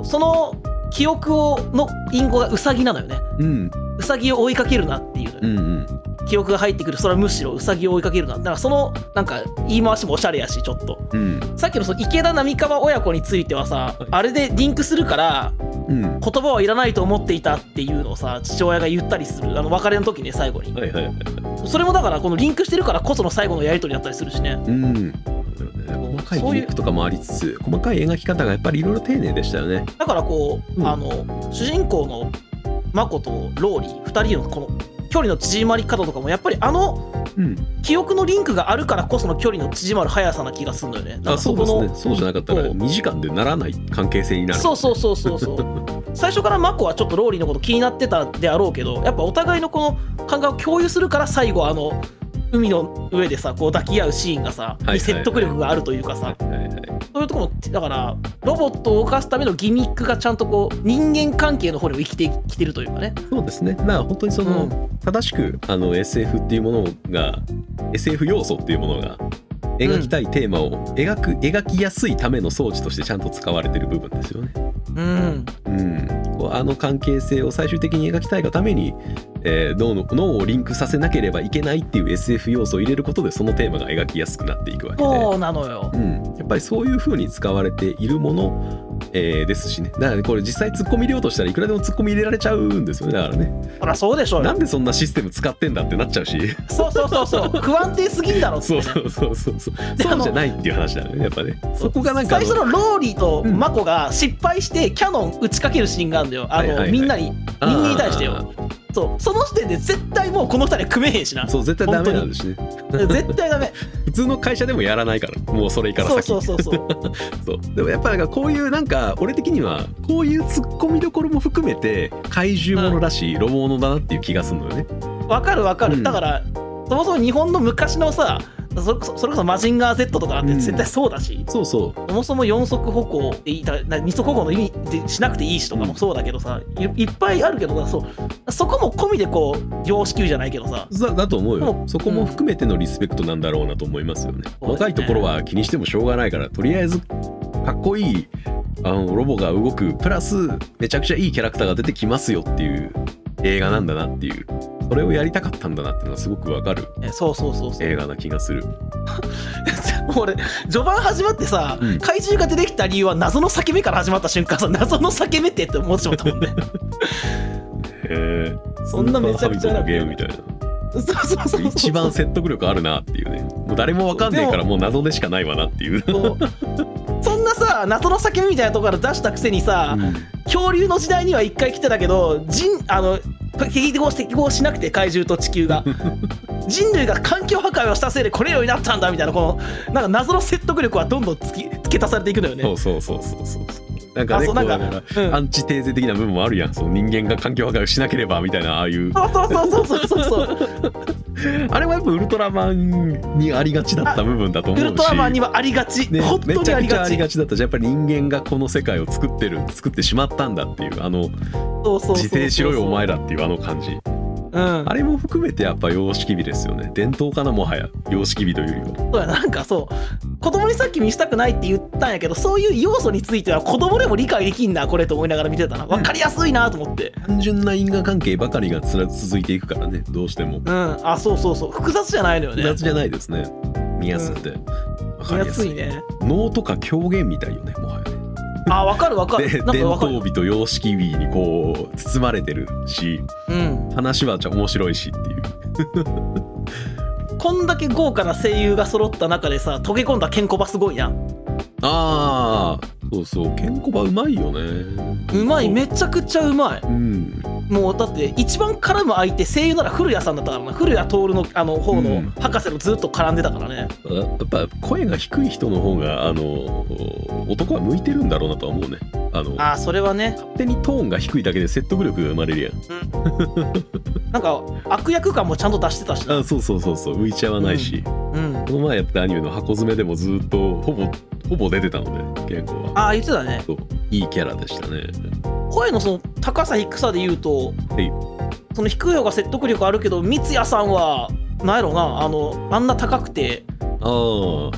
S1: その記憶をの隠語がウサギなのよね
S2: うん
S1: ウサギを追いかけるなっていうのよ、
S2: うんうん
S1: 記憶が入ってくるそれはむしろウサギを追いかけるなだからそのなんか言い回しもおしゃれやしちょっと
S2: うん
S1: さっきのその池田浪川親子についてはさあれでリンクするから
S2: う
S1: 言
S2: ん
S1: 葉はいらないと思っていたっていうのをさ父親が言ったりするあの別れの時ね最後に
S2: はいはいはい
S1: それもだからこのリンクしてるからこその最後のやり取りだったりするしね
S2: うん細かいギミックとかもありつつ細かい描き方がやっぱりいろいろ丁寧でしたよね
S1: だからこう、
S2: うん
S1: あの主人公のマコとローリー2人のこの距離の縮まり方とかもやっぱりあの
S2: うん
S1: 記憶のリンクがあるからこその距離の縮まる速さな気がするのよね。なん
S2: あ
S1: か
S2: そう
S1: こ
S2: ですね
S1: の
S2: そうじゃなかったら
S1: そう
S2: 2時間でならない関係性になる
S1: そうそうそうそうそう
S2: (laughs)
S1: 最初からマコはちょっとローリーのこと気になってたであろうけどやっぱお互いのこの感覚を共有するから最後あの海の上でさこう抱き合うシーンがさ、
S2: はいはい
S1: 説得力があるというかさ、
S2: はいはいはい
S1: そういうとこもだからロボットを動かすためのギミックがちゃんとこう人間関係の方にも生きてきてるというかね。
S2: そうですねなあ本当にその、
S1: うん
S2: 正しくあの SF っていうものが SF 要素っていうものが描きたいテーマを描く、描きやすいための装置としてちゃんと使われてる部分ですよね。
S1: うん
S2: うん、こうあの関係性を最終的に描きたいがために、えー脳の脳をリンクさせなければいけないっていう SF 要素を入れることでそのテーマが描きやすくなっていくわけで、
S1: そうなのよ
S2: う。ん、やっぱりそういう風に使われているもの、えーですしねだからこれ実際ツッコミ量としたらいくらでもツッコミ入れられちゃうんですよねだからね
S1: ほらそうでしょう
S2: な
S1: よ
S2: ん。でそんなシステム使ってんだってなっちゃうし
S1: そうそうそうそう
S2: (laughs)
S1: 不安定すぎんだろって
S2: そ
S1: ね。
S2: うそうそうそうそう
S1: であ
S2: そう
S1: の
S2: じゃないっていう話だよねやっぱねそこがなんかあ
S1: 最初のローリーと
S2: うん
S1: マコが失敗してキャノン打ちかけるシーンがあるんだよ、あ
S2: はいはいは
S1: の
S2: い
S1: みんなに、
S2: あー
S1: 人間に対してよそうその時点で絶対もうこの2人組めへんしな、
S2: そう絶対ダメなんですね
S1: 絶対ダメ、
S2: 普通の会社でもやらないからもうそれ (laughs) から
S1: そう
S2: 先
S1: そうそうそう、
S2: そうでもやっぱなんかこういうなんか俺的にはこういうツッコミどころも含めて怪獣ものだし、ロボものだなっていう気がするのよね。
S1: わかるわかる、
S2: うん
S1: だから、そもそも日本の昔のさ、そそれこそマジンガー Z とかだって
S2: うん
S1: 絶対そうだし、
S2: そうそう
S1: そもそも4足歩行でいいだな二足歩行の意味でしなくていいしとかもそうだけどさ、いいっぱいあるけどさそうそこも込みでこう様式じゃないけどさ
S2: だだと思うよ
S1: うん
S2: そこも含めてのリスペクトなんだろうなと思いますよね。
S1: うん
S2: 若いところは気にしてもしょうがないからとりあえずかっこいいあのロボが動くプラスめちゃくちゃいいキャラクターが出てきますよっていう映画なんだなっていうそれをやりたかったんだなっていうのはすごくわかる
S1: えそうそうそうそう
S2: 映画な気がする。
S1: もう (laughs) 俺序盤始まってさ、
S2: うん
S1: 怪獣が出てきた理由は謎の裂け目から始まった瞬間さ (laughs) 謎の裂け目ってって思ってしまったもんね (laughs)
S2: へえ
S1: そんなめちゃくちゃな
S2: ゲームみたいな。
S1: そうそうそうそう
S2: 一番説得力あるなっていうねもう誰もわかんねえからもう謎でしかないわなって (laughs) いう、
S1: そうそんなさ謎の裂け目みたいなところから出したくせにさ、恐竜の時代には一回来てたけど人あの適合し適合しなくて怪獣と地
S2: (laughs)
S1: 球が人類が環境破壊をしたせいでこれようになったんだみたいなこのなんか謎の説得力はどんどんつき付け足されていくのよね
S2: そうそうそうそうそうなんか
S1: あ
S2: ね
S1: そう
S2: こ
S1: なか
S2: うんだから
S1: うん
S2: (laughs) アンチテーゼ的な部分もあるやんその人間が環境破壊をしなければみたいなあ
S1: (laughs)
S2: あいう
S1: そうそうそうそうそう
S2: (laughs)
S1: そう
S2: あれはやっぱウルトラマンにありがちだった部分だと思う
S1: ウ
S2: し
S1: ルトラマンにはありがち、
S2: ね
S1: 本当
S2: めち
S1: にあ
S2: ゃく
S1: り
S2: ちゃ
S1: が
S2: あ
S1: ち
S2: りがちだったじゃあやっぱり人間がこの世界を作ってる作ってしまったんだっていうあの
S1: そうそうそうそう
S2: 自制しろよお前らっていうあの感じ
S1: うん
S2: あれも含めてやっぱ様式美ですよね伝統かなもはや様式美というよりは
S1: そうやなんかそう子供にさっき見せたくないって言ったんやけどそういう要素については子供でも理解できんなこれと思いながら見てたな分かりやすいなと思って
S2: 単純な因果関係ばかりがつら続いていくからねどうしても
S1: うんあそうそうそう複雑じゃないのよね
S2: 複雑じゃないですね見やすくて、わか
S1: 見や
S2: りや
S1: す
S2: すい
S1: いね
S2: 能とか狂言みたいよねもはやね
S1: あ分かる分か
S2: で
S1: るなん
S2: 伝
S1: か分かる
S2: 統美と様式美にこう包まれてるし
S1: うん
S2: 話はじゃあ面白いしっていう
S1: こんだけ豪華な声優が揃った中でさ溶け込んだケンコバすごいな
S2: ああそうそうケンコバうまいよね
S1: うまい
S2: そう
S1: めちゃくちゃうまい
S2: うん
S1: もうだって一番絡む相手声優なら古谷さんだったからな古谷徹のあの方
S2: う
S1: の
S2: ん
S1: 博士のずっと絡んでたからね、
S2: やっぱ声が低い人の方があの男は向いてるんだろうなとは思うねあの
S1: ああそれはね、
S2: 勝手にトーンが低いだけで説得力が生まれるやん
S1: うん、なんか悪役感もちゃんと出してたしな
S2: あそうそうそうそう浮いちゃわないし、
S1: うん
S2: この前やったアニメの箱詰めでもずっとほぼほぼ出てたので原稿は
S1: ああ言ってたね
S2: そういいキャラでしたね
S1: 声のその高さ低さで言うと、
S2: はい
S1: その低い方が説得力あるけど三谷さんはなんやろなあのあんな高くて
S2: ああ
S1: も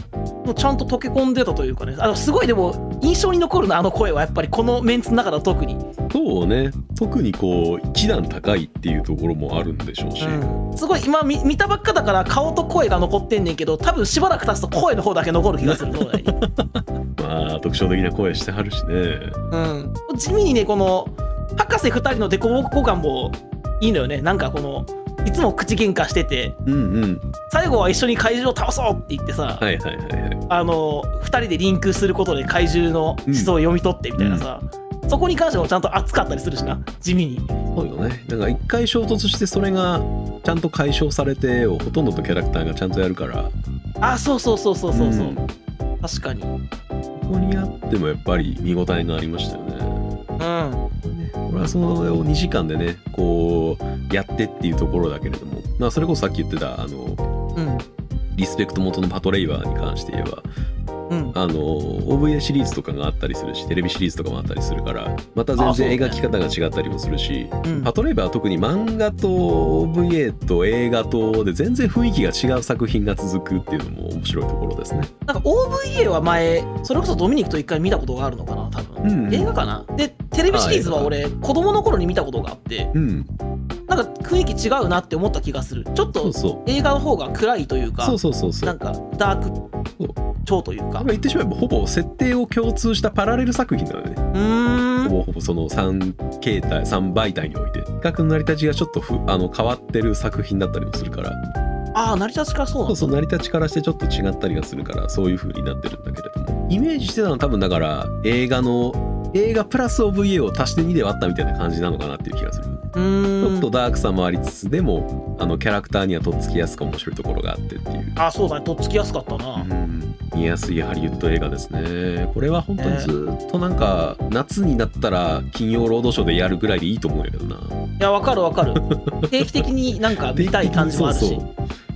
S1: うちゃんと溶け込んでたというかねあのすごいでも印象に残るなあの声はやっぱりこのメンツの中だと特に、
S2: そうね特にこう一段高いっていうところもあるんでしょうし、
S1: すごい今見見たばっかだから顔と声が残ってんねんけど多分しばらく経つと声の方だけ残る気がする脳
S2: (laughs)
S1: 内に、
S2: まあ特徴的な声してはるしね
S1: うん、地味にねこの博士2人のデコボコ感もいいのよねなんかこのいつも口喧嘩してて
S2: うんうん
S1: 最後は一緒に怪獣を倒そうって言ってさ、
S2: はいはいはいはい
S1: あの2人でリンクすることで怪獣の思想を読み取ってみたいなさ、そこに関してもちゃんと熱かったりするしな地味に
S2: そうよねなんか一回衝突してそれがちゃんと解消されてをほとんどのキャラクターがちゃんとやるから
S1: あそうそうそうそうそうそう、
S2: ん
S1: 確かにうん
S2: ここにあってもやっぱり見応えがありましたよね。俺はそれを2時間でねこうやってっていうところだけれども、まあ、それこそさっき言ってたあの
S1: うん
S2: リスペクト元のパトレイバーに関して言えば
S1: うん
S2: あの OVA シリーズとかがあったりするしテレビシリーズとかもあったりするからまた
S1: あ
S2: 全
S1: そうね
S2: 然描き方が違ったりもするし、
S1: うん
S2: パトレイバーは特に漫画と OVA と映画とで全然雰囲気が違う作品が続くっていうのも面白いところですね。
S1: なんか OVA は前それこそドミニクと一回見たことがあるのかな多分、
S2: うんうん
S1: 映画かなでテレビシリーズは
S2: あ
S1: 俺子供の頃に見たことがあって
S2: うん、
S1: なんか雰囲気違うなって思った気がするちょっ
S2: そう
S1: と
S2: そ
S1: 映画の方が暗いという
S2: う
S1: か
S2: そうそうそうそう
S1: なんかダー
S2: そう
S1: ク調というか
S2: あ
S1: う
S2: まあ言ってしまえばほぼ設定を共通したパラレル作品なので、ね
S1: ーん
S2: ほぼほぼその3形態3媒体において比較の成り立ちがちょっとふあの変わってる作品だったりもするから
S1: ああ成り立ちからそうな
S2: そ
S1: ん
S2: う
S1: だ
S2: そう成り立ちからしてちょっと違ったりがするからそういう風になってるんだけれどもイメージしてたのは多分だから映画の映画プラス OVA を足して2で割ったみたいな感じなのかなっていう気がする、
S1: うー
S2: ち
S1: ん
S2: ょっとダークさもありつつでもあのキャラクターにはとっつきやすく面白いところがあってっていう
S1: あそうだねとっつきやすかったな、
S2: 見やすいハリウッド映画ですねこれは本当にずっとなんか夏になったら金曜ロードショーでやるぐらいでいいと思うんやけどない
S1: やわかるわかる (laughs) 定期的になんか見たい感じもあるし
S2: そうそ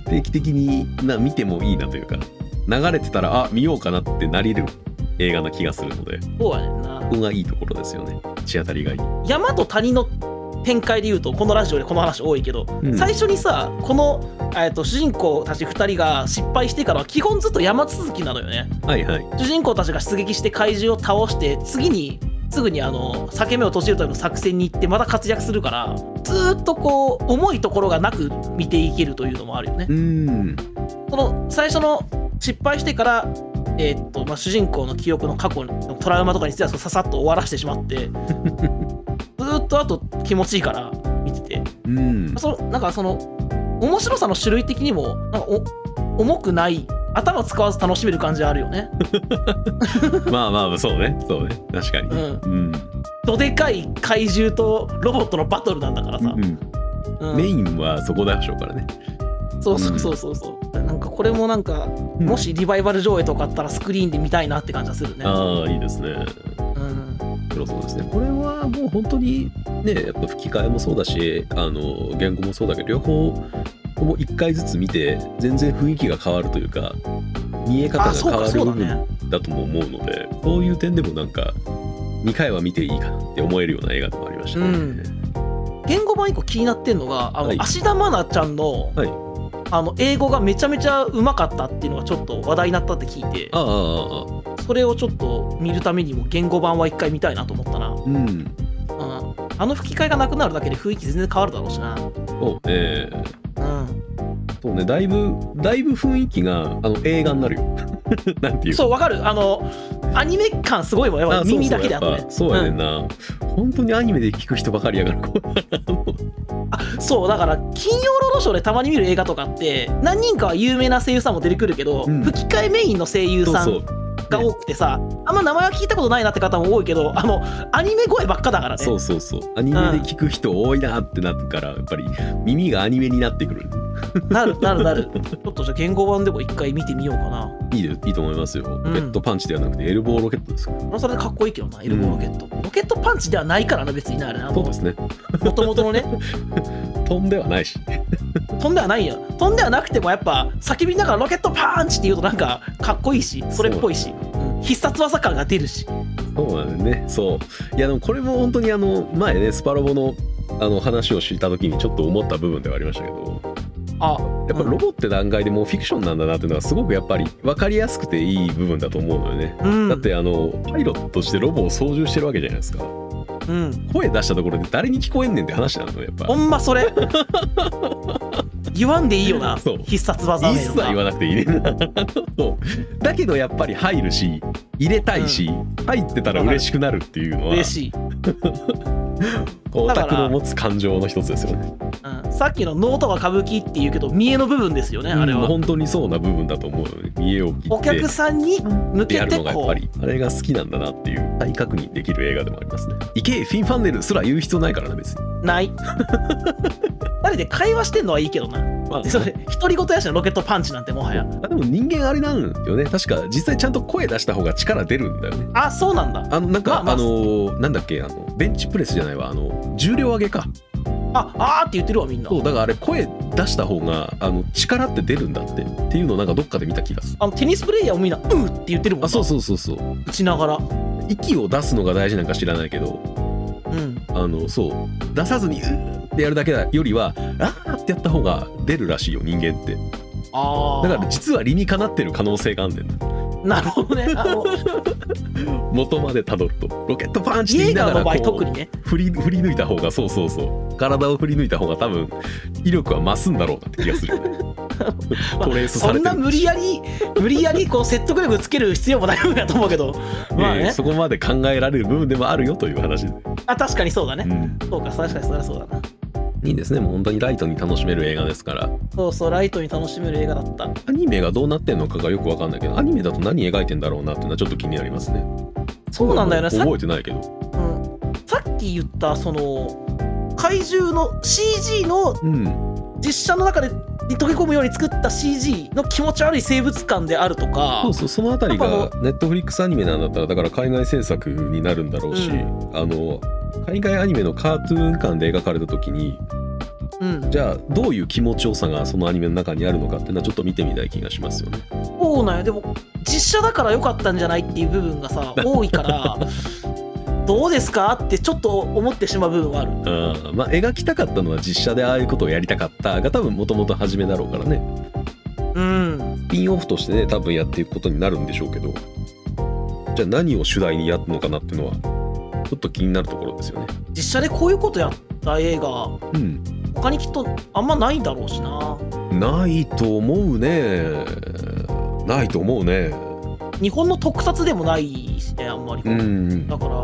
S2: う定期的にな見てもいいなというか流れてたらあ見ようかなってなりる映画な気がするので
S1: そうやねんな
S2: ここがいいところですよね血当たりがいい、
S1: 山と谷の展開で言うとこのラジオでこの話多いけど、
S2: うん
S1: 最初にさこの、えー、と主人公たち2人が失敗してからは基本ずっと山続きなのよね
S2: はいはい
S1: 主人公たちが出撃して怪獣を倒して次にすぐにあの裂け目を閉じるための作戦に行ってまた活躍するからずーっとこう重いところがなく見ていけるというのもあるよね
S2: うん
S1: その最初の失敗してから、えーっとまあ、主人公の記憶の過去のトラウマとかについてはそうささっと終わらせてしま
S2: (laughs)
S1: ってずーっとあと気持ちいいから見てて
S2: うん
S1: そのなんかその面白さの種類的にもなんかお重くない頭使わず楽しめる感じあるよ
S2: (laughs)
S1: ね。
S2: (laughs) まあまあまあそうねそうね確かに
S1: う
S2: ね
S1: ん、
S2: うん
S1: どでかい怪獣とロボットのバトルなんだからさ、うん
S2: メインはそこでしょうからね
S1: そうそうそうそうそうなんかこれもなんか
S2: うん
S1: もしリバイバル上映とかあったらスクリーンで見たいなって感じはするね。
S2: ああいいですね
S1: うん
S2: そうそうですねこれはもう本当にねやっぱ吹き替えもそうだしあの言語もそうだけど両方とも1回ずつ見て全然雰囲気が変わるというか見え方
S1: あ
S2: が
S1: そう
S2: 変
S1: か
S2: わ
S1: そ
S2: る
S1: う
S2: 部
S1: だね
S2: 分。だとも思うのでそういう点でもなんか2回は見ていいかなって思えるような映画でもありましたね。
S1: うん言語版一個気になってんのがあの、
S2: はい
S1: 芦田愛菜ちゃんの,、
S2: はい
S1: あの英語がめちゃめちゃうまかったっていうのがちょっと話題になったって聞いて
S2: ああああああ
S1: それをちょっと見るためにも言語版は一回見たいなと思ったな、うん
S2: うん
S1: あの吹き替えがなくなるだけで雰囲気全然変わるだろうしな、
S2: そうね
S1: う、
S2: そうねだいぶだいぶ雰囲気があの映画になるよ。 (laughs) なんていうん
S1: そうわかるあのアニメ感すごいもんやっぱ
S2: あ
S1: 耳だけであってね
S2: そうそうやっぱそうやね
S1: うん
S2: んな、本当にアニメで聞く人ばかりやからこう
S1: そうだから金曜ロードショーでたまに見る映画とかって何人かは有名な声優さんも出てくるけど、
S2: うん
S1: 吹き替えメインの声優
S2: そう
S1: さん
S2: そう
S1: が多くてさ、あんま名前は聞いたことないなって方も多いけどあのアニメ声ばっかだからね
S2: そうそうそうアニメで聞く人多いなってなるからやっぱり耳がアニメになってくる
S1: なるなるなるちょっとじゃあ言語版でも一回見てみようかない
S2: いでいいと思いますよ、
S1: ん
S2: ロケットパンチではなくてエルボーロケットですから
S1: それはそれでかっこいいけどなエルボーロケット、ロケットパンチではないからな別になあれな
S2: そ
S1: も
S2: うですね
S1: ともとのね
S2: 飛んではないし
S1: 飛んではないよ飛んではなくてもやっぱ叫びながらロケットパンチって言うとなんかかっこいいしそれっぽいしうん必殺技感が出るし
S2: そうなんだよねそういやでもこれも本当にあの前ねスパロボのあの話をした時にちょっと思った部分ではありましたけど
S1: あ
S2: やっぱロボって段階でもうフィクションなんだなっていうのはすごくやっぱり分かりやすくていい部分だと思うのよね、
S1: うん
S2: だってあのパイロットとしてロボを操縦してるわけじゃないですか
S1: うん
S2: 声出したところで誰に聞こえんねんって話なのよやっぱ
S1: ほんまそ
S2: (laughs)
S1: れ言わんでいいよな
S2: そう
S1: 必殺技
S2: 一
S1: 名
S2: 切
S1: とか
S2: 言わなくていいね (laughs) そうだけどやっぱり入るし入れたいし、入ってたら嬉しくなるっていうのは
S1: 嬉しい、
S2: こうオ
S1: だから
S2: タクの持つ感情の一つですよね
S1: うん、さっきの能とか歌舞伎っていうけど見栄の部分ですよねあれ
S2: うん
S1: は、
S2: 本当にそうな部分だと思うよね家を切
S1: お
S2: って
S1: 客さんに向
S2: で
S1: け
S2: やる
S1: て
S2: のがやっ
S1: こ
S2: ぱ
S1: う
S2: りあれが好きなんだなっていう再確認できる映画でもありますね。いけフィンファンネルすら言う必要ないからな別に。
S1: ない (laughs) 誰で会話してんのはいいけどな
S2: まあ (laughs)
S1: でそれ独り言やしのロケットパンチなんてもはや
S2: あでも人間あれなんよね確か実際ちゃんと声出した方が力出るんだよね。
S1: あそうなんだ
S2: あのなんか、
S1: まあ
S2: あ
S1: まあ
S2: のーなんだっけあのベンチプレスじゃないわあの重量上げか
S1: ああーって言ってるわみんな
S2: そうだからあれ声出した方があの力って出るんだってっていうのをなんかどっかで見た気がする
S1: あのテニスプレイヤーもみんな「うー」って言ってるもんな
S2: あそうそうそうそう
S1: 打ちながら
S2: 息を出すのが大事なんか知らないけど
S1: うん
S2: あのそう出さずにうーってやるだけだよりはあーってやった方が出るらしいよ人間って
S1: ああ
S2: だから実は理にかなってる可能性があんねん
S1: なるほどねあ
S2: (laughs)
S1: の
S2: 元までたどるとロケットパンチ
S1: イエ
S2: って言
S1: ー
S2: いな
S1: ガーの
S2: が
S1: 場合
S2: らこ
S1: 特
S2: う
S1: にね
S2: 振り振り抜いた方がそうそうそう体を振り抜いた方が多分威力は増すんだろうなって気がする
S1: (laughs)
S2: よねトレースさ
S1: そ
S2: れ
S1: ん
S2: て
S1: な
S2: る
S1: 無理やり無理やりこう説得力つける必要もないんだと思うけどまあ
S2: えー
S1: ね
S2: そこまで考えられる部分でもあるよという話で、
S1: あ確かにそうだね
S2: うん
S1: そうか確かにそりゃそうだない
S2: いですねもう本当にライトに楽しめる映画ですから
S1: そうそうライトに楽しめる映画だった
S2: アニメがどうなってんのかがよくわかんないけどアニメだと何描いてんだろうなっていうのはちょっと気になりますね
S1: そうなんだよねさ,、
S2: 覚えてないけど
S1: うん、さっき言ったその怪獣の CG の
S2: うん
S1: 実写の中でに溶け込むように作った CG の気持ち悪い生物感であるとか
S2: そうそうそのあたり
S1: な
S2: が
S1: ん
S2: ネットフリックスアニメなんだったらだから海外制作になるんだろうし、
S1: う
S2: あの海外アニメのカートゥーン感で描かれた時に
S1: うん、
S2: じゃあどういう気持ちよさがそのアニメの中にあるのかっていうのはちょっと見てみたい気がしますよね。
S1: そうなんよでも実写だから良かったんじゃないっていう部分がさ多い (laughs) からどうですかってちょっと思ってしまう部分はある
S2: うんまあ、描きたかったのは実写でああいうことをやりたかったが多分もともと初めだろうからね
S1: うん
S2: スピンオフとしてね多分やっていくことになるんでしょうけどじゃあ何を主題にやるのかなっていうのはちょっと気になるところですよね。
S1: 実写でこういうことやった映画
S2: うん
S1: 他にきっとあんまないんだろうしな
S2: ないと思うねないと思うね
S1: 日本の特撮でもないしねあんまり、
S2: うん
S1: だから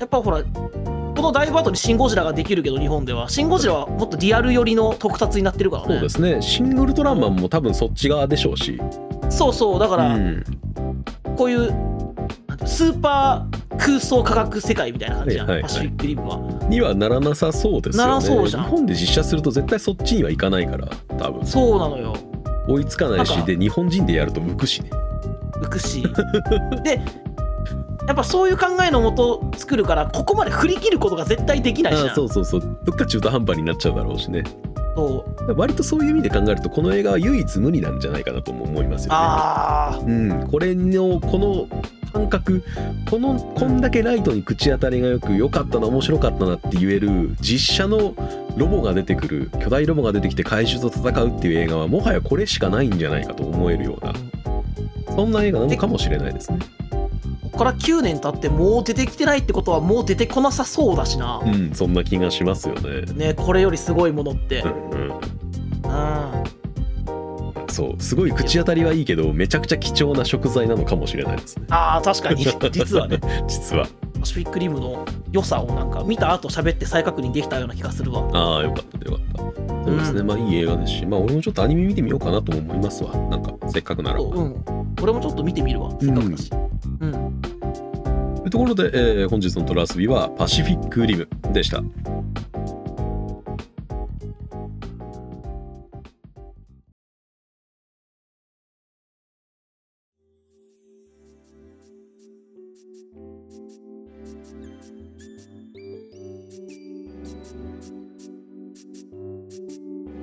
S1: やっぱほらこのダイブ後にシン・ゴジラができるけど日本ではシン・ゴジラはもっとリアル寄りの特撮になってるからね
S2: そうですねシングルトランマンも多分そっち側でしょうし
S1: そうそうだから、
S2: うん
S1: こういうなんていうのスーパー空想科学世界みたいな感じじゃん、
S2: はいはいは
S1: パ
S2: い
S1: シフィックリブは
S2: にはならなさそうですよね
S1: ならそうじゃん
S2: 日本で実写すると絶対そっちにはいかないから多分
S1: そうなのよ
S2: 追いつかない
S1: なん
S2: し
S1: か
S2: で日本人でやると浮くしね
S1: 浮く
S2: (laughs)
S1: しでやっぱそういう考えのもと作るからここまで振り切ることが絶対できないじ
S2: あ
S1: ゃん
S2: そうそうそうどっか中途半端になっちゃうだろうしね
S1: そう
S2: 割とそういう意味で考えるとこの映画は唯一無二なんじゃないかなとも思いますよね
S1: あ
S2: うん、これのこの感覚このこんだけライトに口当たりがよく良かったな面白かったなって言える実写のロボが出てくる巨大ロボが出てきて怪獣と戦うっていう映画はもはやこれしかないんじゃないかと思えるようなそんな映画なのかもしれないですね。
S1: ここから9年経ってもう出てきてないってことはもう出てこなさそうだしな
S2: う、ん、そんな気がしますよね。
S1: ねこれよりすごいものって
S2: う
S1: うん
S2: うん、
S1: ん
S2: そうすごい口当たりはいいけどめちゃくちゃ貴重な食材なのかもしれないですね
S1: あー確かに (laughs)
S2: (laughs)
S1: 実はね
S2: 実は
S1: パシフィックリムの良さをなんか見た後喋って再確認できたような気がするわ
S2: ああよかったよかったそうですね、
S1: う
S2: まあいい映画ですしまあ俺もちょっとアニメ見てみようかなとも思いますわなんかせっかくなら
S1: そううん俺もちょっと見てみるわせっかくだしうん、
S2: というところで、えー本日のトラスビはパシフィックリムでした。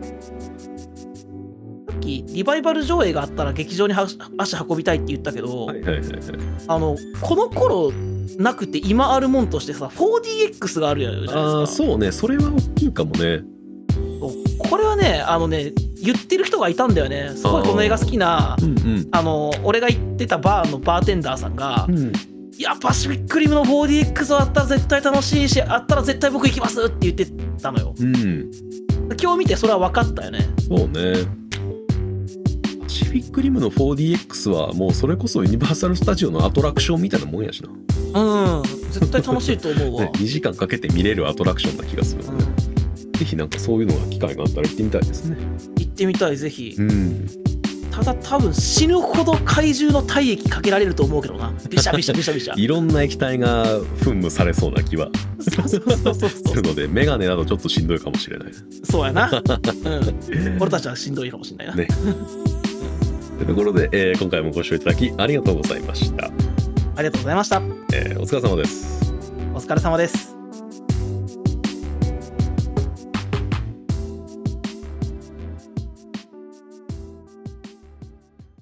S1: さっきリバイバル上映があったら劇場には足運びたいって言ったけど、
S2: はいはいはいはい
S1: あのこの頃なくて今あるもんとしてさ 4DX があるじゃないです
S2: あ
S1: か
S2: あそうねそれは大きいかもね
S1: そうこれはねあのね言ってる人がいたんだよねすごいこの映画好きな
S2: うんうん
S1: あの俺が行ってたバーのバーテンダーさんが
S2: うん
S1: 「いやパシフィックリムの 4DX はあったら絶対楽しいしあったら絶対僕行きます」って言ってたのよ
S2: うん
S1: 今日見てそれは分かったよね
S2: そうねパシフィックリムの 4DX はもうそれこそユニバーサル・スタジオのアトラクションみたいなもんやしな、ね、
S1: うん絶対楽しいと思う
S2: (laughs)
S1: わ、
S2: 2時間かけて見れるアトラクションな気がする
S1: う
S2: の
S1: ん
S2: で、ぜひなんかそういうのが機会があったら行ってみたいですね
S1: 行ってみたいぜひ
S2: うん
S1: ただ多分死ぬほど怪獣の体液かけられると思うけどなビシャビシャビシャビシャ
S2: いろんな液体が噴霧されそうな気は
S1: そうそうそうそうそ
S2: す
S1: う
S2: るのでメガネなどちょっとしんどいかもしれない
S1: そうやな、うん、俺たちはしんどいかもしれないな、
S2: ねというところで、えー今回もご視聴いただきありがとうございました、
S1: ありがとうございました
S2: えーお疲れ様です
S1: お疲れ様です